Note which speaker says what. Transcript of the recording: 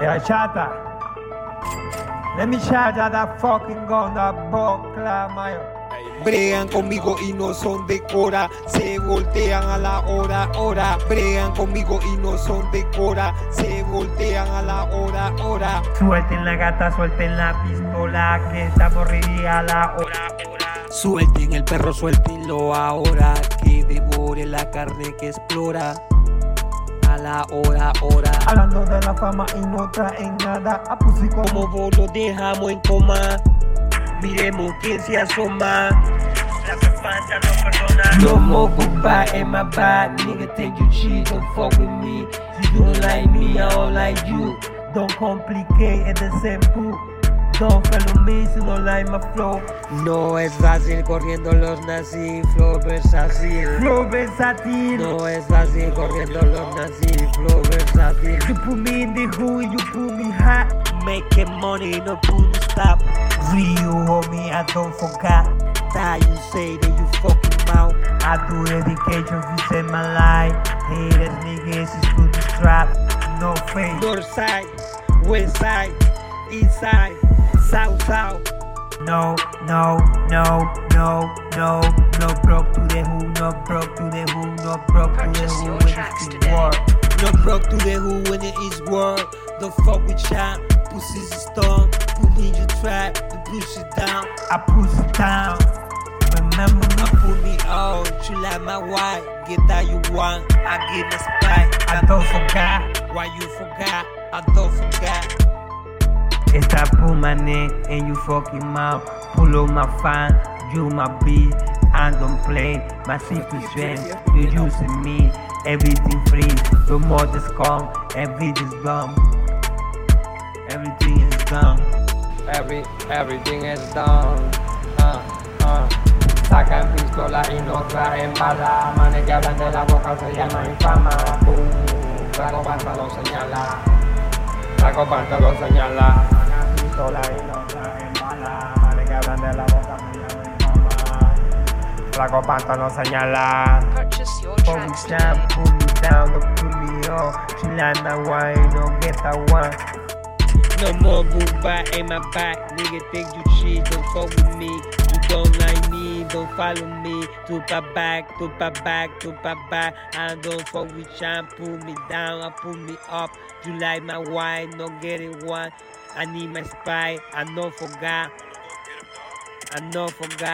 Speaker 1: de bachata. Let me shout out that fucking gun, that buckler, my.
Speaker 2: Bregan conmigo y no son de cora, se voltean a la hora, hora. Bregan conmigo y no son de cora, se voltean a la hora, hora.
Speaker 1: Suelten la gata, suelten la pistola, que estamos ready a la hora, hora.
Speaker 2: Suelten el perro, suéltenlo ahora, que devore la carne que explora. A la hora, hora.
Speaker 1: Hablando de la fama y no traen nada, a pussy
Speaker 2: Como
Speaker 1: como
Speaker 2: vos lo dejamos en coma, miremos quién se asoma. No more goodbye in my body, nigga. Take your cheat, don't fuck with me. You don't like me, I don't like you.
Speaker 1: don't complicate at the same pool. Don't follow me, si no like my flow.
Speaker 2: No es fácil corriendo los nazis, flow versátil.
Speaker 1: Flow versatile.
Speaker 2: No es fácil corriendo los nazis, flow
Speaker 1: You
Speaker 2: versátil.
Speaker 1: put me in the hood, you put me hot.
Speaker 2: Making money, no couldn't stop.
Speaker 1: Real homie, I don't forget.
Speaker 2: Die, you say that you fucking mouth.
Speaker 1: I do education, you save my life. Haters, niggas, is good to strap. No fake,
Speaker 2: North side, west side, east side, south south.
Speaker 1: no, no, no, no, no, no broke to the who, no broke to the who, no broke to the
Speaker 3: Purchase
Speaker 1: who
Speaker 3: your
Speaker 1: when
Speaker 3: tracks
Speaker 1: it's the
Speaker 3: today.
Speaker 1: war.
Speaker 2: No broke to the who when it is war. Don't fuck with ya. Pussy's a storm. Who need you try to push it down?
Speaker 1: I push it down. Remember
Speaker 2: I
Speaker 1: me,
Speaker 2: pull me out. You like my wife. Get that you want. I get my spike.
Speaker 1: I don't forget.
Speaker 2: Why you forgot? I don't forget.
Speaker 1: It's I pull my neck and you fucking mouth. Pull on my fan, you my beat. I don't play my secret strength. You using me, everything free. The more is gone, everything is gone. Everything is gone.
Speaker 4: Every, everything is done. Ah, ah. Sacan pistola y no traen bala. Manes que hablan de la boca se llama infama. Pum, Saco panza lo señala. Saco panza lo señala. Sacan pistola y no traen bala. Manes que hablan de la boca se llama infama. Saco panza lo señala.
Speaker 3: Purchase your
Speaker 1: Pull me
Speaker 3: tracks
Speaker 1: down,
Speaker 3: today.
Speaker 1: pull me down, don't pull me up. She like my wine, don't get that wine.
Speaker 2: No more move by in my back. Nigga think you cheat. Don't fuck with me. You don't like me. Don't follow me. To my back, to my back, to my back. I don't fuck with ya. Pull me down, I pull me up. You like my wine, no get it one. I need my spy. I know forgot. I know forgot.